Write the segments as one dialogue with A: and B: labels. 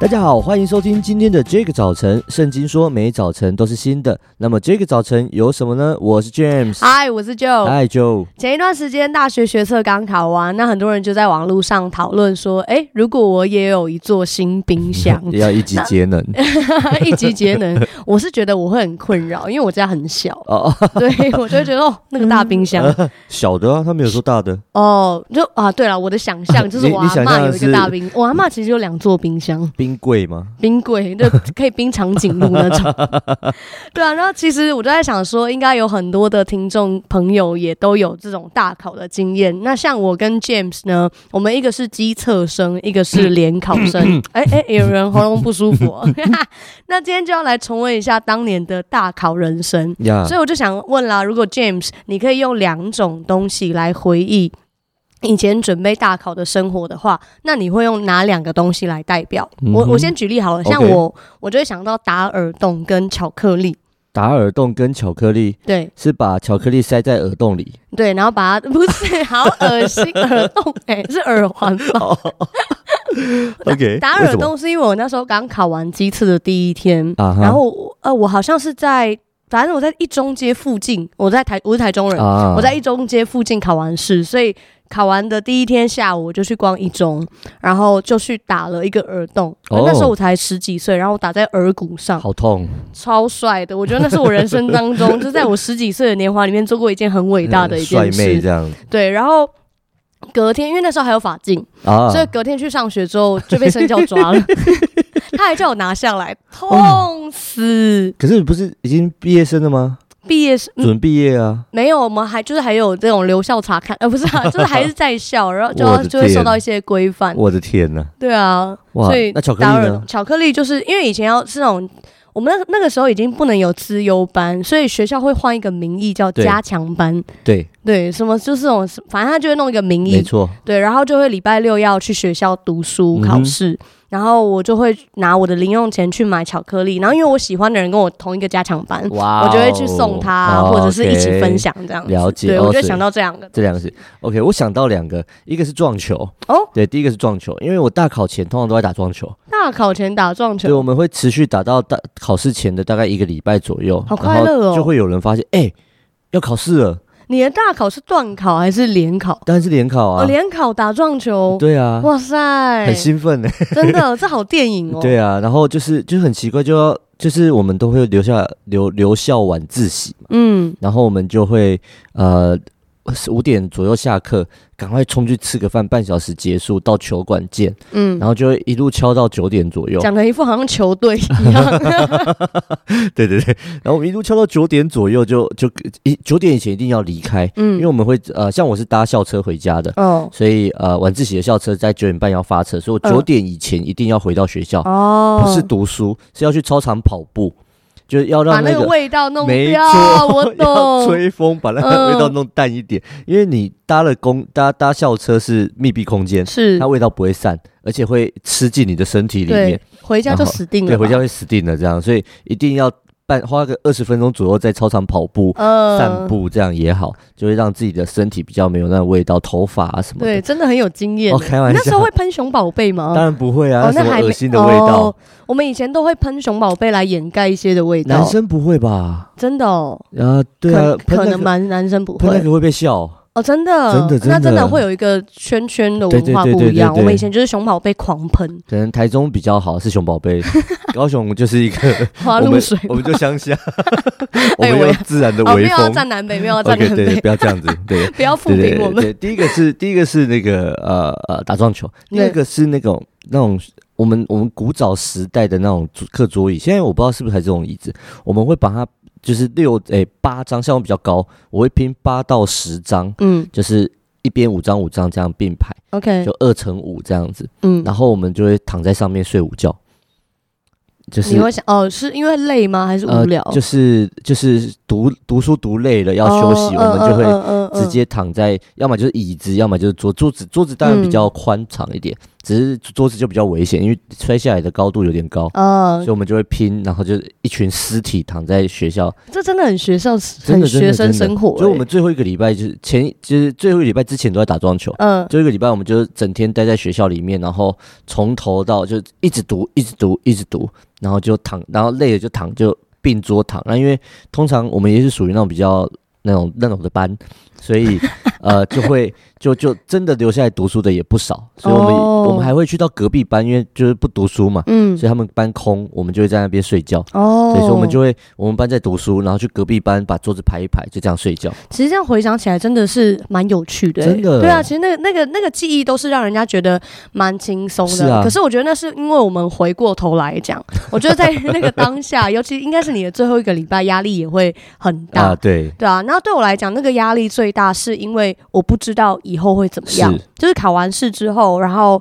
A: 大家好，欢迎收听今天的这个早晨。圣经说每早晨都是新的，那么这个早晨有什么呢？我是 James，
B: 嗨，我是 Joe。
A: 嗨 Joe，
B: 前一段时间大学学测刚考完，那很多人就在网络上讨论说，哎、如果我也有一座新冰 箱，
A: 要一级节 能
B: 一级节能，我是觉得我会很困扰，因为我家 很小，
A: 哦，
B: 对我就会觉得哦，那个大冰箱，
A: 小的啊，他没有说大的，
B: 哦，就啊，对了，我的想象就是
A: 你
B: 我
A: 你
B: 阿
A: 想象
B: 嬷
A: 的
B: 有一
A: 是
B: 个大冰，我阿嬷其实有两座冰箱，
A: 冰柜吗？
B: 冰柜就可以冰长颈鹿那种。对啊，然后其实我就在想说，应该有很多的听众朋友也都有这种大考的经验。那像我跟 James 呢，我们一个是机测生，一个是联考生。哎哎，有人喉咙不舒服、哦， 那今天就要来重温一下当年的大考人生。
A: 呀、
B: 所以我就想问啦，如果 James，你可以用两种东西来回忆以前准备大考的生活的话，那你会用哪两个东西来代表？
A: 嗯哼
B: 我我先举例好了，像
A: OK
B: 我我就会想到打耳洞跟巧克力，
A: 打耳洞跟巧克力
B: 对
A: 是把巧克力塞在耳洞 里，
B: 对，然后把它不 是好恶心，耳洞哎、是耳环吧？
A: 哦 OK，
B: 打耳洞是因为我那时候刚考完鸡翅的第一天，
A: 啊哈，
B: 然后我呃我好像是在反正我在一中街附近，我在台我是台中人，
A: 啊
B: 我在一中街附近考完试，所以考完的第一天下午我就去逛一中，然后就去打了一个耳洞。
A: 哦
B: 那时候我才十几岁，然后我打在耳骨上，
A: 好痛，
B: 超帅的。我觉得那是我人生当中，就在我十几岁的年华里面做过一件很伟大的 一
A: 帅
B: 件
A: 妹这
B: 事。
A: 样
B: 对，然后。隔天，因为那时候还有法镜，
A: 啊
B: 所以隔天去上学之后就被身教抓 了，他还叫我拿下来，
A: 哦
B: 痛死！
A: 可是你不是已经毕业生了吗？
B: 毕业是、嗯
A: 准毕业啊，
B: 没有，我们还就是还有这种留校查看，呃，不 是、啊，就是还是在校，然后就
A: 我
B: 要
A: 的
B: 就会受
A: 天
B: 到一些规范。
A: 我的天呐、
B: 对啊，
A: 哇
B: 所以
A: 那巧克力
B: 打耳
A: 呢
B: 洞巧克力就是因为以前要是那种。我们那那个时候已经不能有资优班，所以学校会换一个名义叫
A: 对
B: 加强班，
A: 对，
B: 对，什么就是这种，反正他就会弄一个名
A: 没
B: 义，
A: 错，
B: 对，然后就会礼拜六要去学校读书
A: 嗯哼
B: 考试，然后我就会拿我的零用钱去买巧克力，然后因为我喜欢的人跟我同一个加强班，
A: 哇
B: 嗯我就会去送他，
A: 哦
B: 或者是一起
A: OK
B: 分享这样子。
A: 了解
B: 对，
A: 哦
B: 我
A: 所
B: 就
A: 以
B: 想到这两个。
A: 这两个是 OK，我想到两个，一个是撞球
B: 哦，
A: 对，第一个是撞球，因为我大考前通常都在打撞球，
B: 大考前打撞
A: 所以
B: 球，
A: 我们会持续打到大考试前的大概一个礼拜左右，然后
B: 好快乐哦
A: 就会有人发现，哎、要考试了，
B: 你的大考是段考还是联考？
A: 当然是联考
B: 哦，
A: 啊，
B: 联考打撞球，
A: 对啊，
B: 哇塞，
A: 很兴奋呢、
B: 真的，这好电影哦。
A: 对啊，然后就是就是很奇怪，就要就是我们都会留下留留校晚自习嘛，
B: 嗯，
A: 然后我们就会呃。五点左右下课，赶快冲去吃个饭，半小时结束，到球馆见，
B: 嗯
A: 然后就会一路敲到九点左右。
B: 讲的一副好像球队一样。
A: 对对对，然后我们一路敲到九点左右就，就一九点以前一定要离开，因为
B: 嗯，
A: 我们会呃，像我是搭校车回家的，
B: 哦
A: 所以呃晚自习的校车在九点半要发车，所以我
B: 嗯
A: 九点以前一定要回到学校，
B: 哦，
A: 不是读书，是要去操场跑步，就是要
B: 把
A: 让
B: 那
A: 那
B: 个
A: 个。
B: 味道弄
A: 没
B: 掉，
A: 错，
B: 啊我
A: 要
B: 懂。
A: 吹风把那个
B: 嗯
A: 味道弄淡一点，因为你搭了公搭搭校车是密闭空间，
B: 是
A: 它，味道不会散，而且会吃进你的身体里面
B: 对。，回家就死定了
A: 对，
B: 吧。
A: 回家会死定了这样，所以一定要半花个二十分钟左右在操场跑步、
B: 嗯
A: 散步，这样也好，就会让自己的身体比较没有那味道，头发啊什么
B: 对，
A: 的。
B: 真的很有经验
A: 哦，
B: 欸。
A: 开玩
B: 那时候
A: 笑，
B: 会喷熊宝贝 吗？
A: 当然不会啊，
B: 哦，
A: 那
B: 那
A: 什么
B: 还没
A: 恶心的味道
B: 哦，。我们以前都会喷熊宝贝来掩盖一些的味道。
A: 男生不会吧？
B: 真的哦，
A: 啊，对啊，
B: 可
A: 喷
B: 可
A: 那
B: 能
A: 个
B: 蛮男生不
A: 喷那
B: 会
A: 个会被笑。
B: 哦，真的
A: 真的真
B: 那真
A: 的
B: 的会有一个圈圈的
A: 对
B: 文
A: 对
B: 化
A: 对
B: 不
A: 对
B: 一
A: 对
B: 样。我们
A: 对
B: 以前就是熊宝贝狂喷
A: 可能台中比较好，是熊宝 贝，高雄就是一个
B: 花
A: 我
B: 露
A: 们
B: 水吧，
A: 我们就乡下，我
B: 哎
A: 们
B: 我
A: 用
B: 也
A: 自然的
B: 哦，不
A: 微
B: 要
A: 风。
B: 站南北，不要站
A: OK，
B: 南
A: 对对，
B: 北，
A: 不要这样子，对。
B: 不要负
A: 对对
B: 评我
A: 对
B: 们。
A: 对，第一个是第一个是那个呃呃打撞球，第
B: 对
A: 二个是那种那种我们我们古早时代的那种课桌椅，现在我不知道是不是还这种椅子，我们会把它就是六诶八张，像我比较高，我会拼八到十张，
B: 嗯
A: 就是一边五张五张这样并排，
B: ，OK，
A: 就二乘五这样子，
B: 嗯，
A: 然后我们就会躺在上面睡午觉，就是
B: 你会想哦，是因为累吗？还是无聊？
A: 呃、就是就是读读书读累了要休息，
B: 哦
A: 我们就会
B: 会嗯
A: 直接躺在，要么就是椅子，要么就是桌桌子。桌子当然比较宽敞一点，只是桌子就比较危险，因为摔下来的高度有点高，
B: 呃
A: 所以，我们就会拼，然后就是一群尸体躺在学校，
B: 这真的很学校，
A: 真的真
B: 很
A: 的
B: 学生
A: 真的
B: 生活、欸。
A: 所以我们最后一个礼拜就是前一就是最后一个礼拜之前都在打撞球，
B: 嗯、
A: 最后一个礼拜我们就是整天待在学校里面，然后从头到就一直读，一直读，一直读，然后就躺，然后累了就躺，就并桌躺。那因为通常我们也是属于那种比较那种那种的班，所以 呃就会就就真的留下来读书的也不少，所以我们、
B: 哦
A: 我们还会去到隔壁班，因为就是不读书嘛，
B: 嗯
A: 所以，他们班空，我们就会在那边睡觉。
B: 哦，
A: 对，所以我们就会我们班在读书，然后去隔壁班把桌子排一排，就这样睡觉。
B: 其实这样回想起来，真的是蛮有趣的、欸
A: 真的
B: 对啊，其实那个那个那个记忆都是让人家觉得蛮轻松的。
A: 是啊
B: 可是我觉得那是因为我们回过头来讲， 我觉得在那个当下，尤其应该是你的最后一个礼拜，压力也会很大。
A: 啊，对，
B: 对啊，那对我来讲，那个压力最大是因为我不知道以后会怎么样
A: 是，
B: 就是考完试之后，然后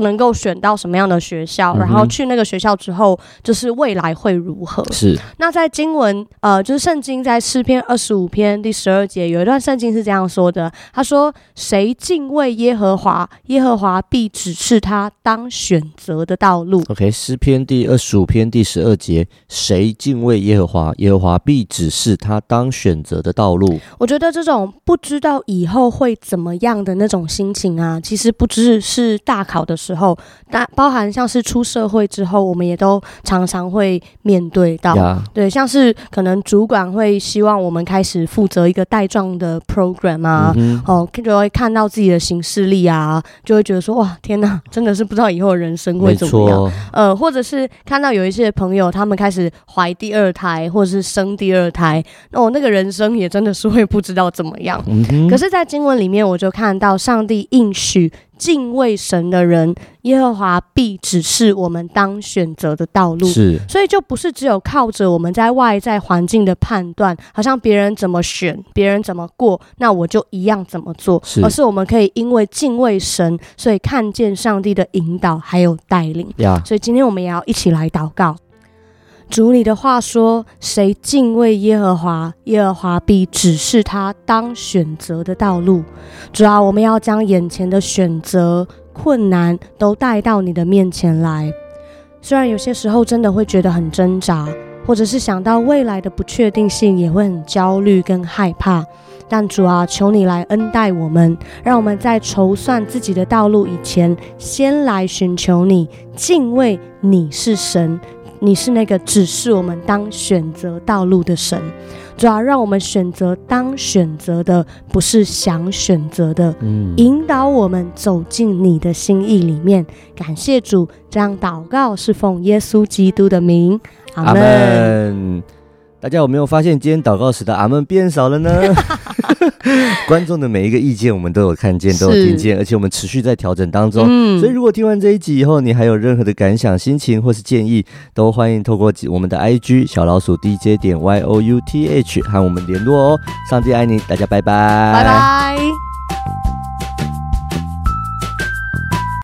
B: 能够选到什么样的学校，然
A: 嗯
B: 后
A: 哼
B: 去那个学校之后，就是未来会如何。
A: 是
B: 那在经文，呃，就是圣经在诗篇二十五篇第十二节有一段圣经是这样说的：他说，谁敬畏耶和华，耶和华必指示他当选择的道路。
A: OK，诗篇第二十五篇第十二节：谁敬畏耶和华，耶和华必指示他当选择的道路。
B: 我觉得这种不知道以后会怎么样的那种心情啊，其实不只是大考的时候，但包含像是出社会之后，我们也都常常会面对到。
A: 呀，
B: 对，像是可能主管会希望我们开始负责一个带状的 program 啊，
A: 嗯哼，
B: 哦，就会看到自己的行事历啊，就会觉得说哇，天哪，真的是不知道以后的人生会
A: 没
B: 怎么样。
A: 错，
B: 呃，或者是看到有一些朋友他们开始怀第二胎，或者是生第二胎，那、我那个人生也真的是会不知道怎么样。
A: 嗯哼，
B: 可是，在经文里面，我就看到上帝应许敬畏神的人，耶和华必指示我们当选择的道路。
A: 是
B: 所以就不是只有靠着我们在外在环境的判断，好像别人怎么选，别人怎么过，那我就一样怎么做，
A: 是
B: 而是我们可以因为敬畏神，所以看见上帝的引导还有带领。
A: 呀，
B: 所以今天我们也要一起来祷告。主，你的话说：“谁敬畏耶和华，耶和华必指示他当选择的道路。”主啊，我们要将眼前的选择、困难都带到你的面前来。虽然有些时候真的会觉得很挣扎，或者是想到未来的不确定性，也会很焦虑跟害怕。但主啊，求你来恩待我们，让我们在筹算自己的道路以前，先来寻求你，敬畏你是神，你是那个指示我们当选择道路的神。主啊，让我们选择当选择的，不是想选择的。
A: 嗯，
B: 引导我们走进你的心意里面。感谢主，这样祷告是奉耶稣基督的名，阿
A: 阿
B: 门。
A: 门。大家有没有发现今天祷告时的阿门变少 了呢？观众的每一个意见我们都有看见，都有
B: 是
A: 听见，而且我们持续在调整当中。
B: 嗯
A: 所以，如果听完这一集以后，你还有任何的感想、心情或是建议，都欢迎透过我们的 IG 小老鼠 DJ 点 Y O U T H 和我们联络哦。上帝爱你，大家拜拜，
B: 拜拜。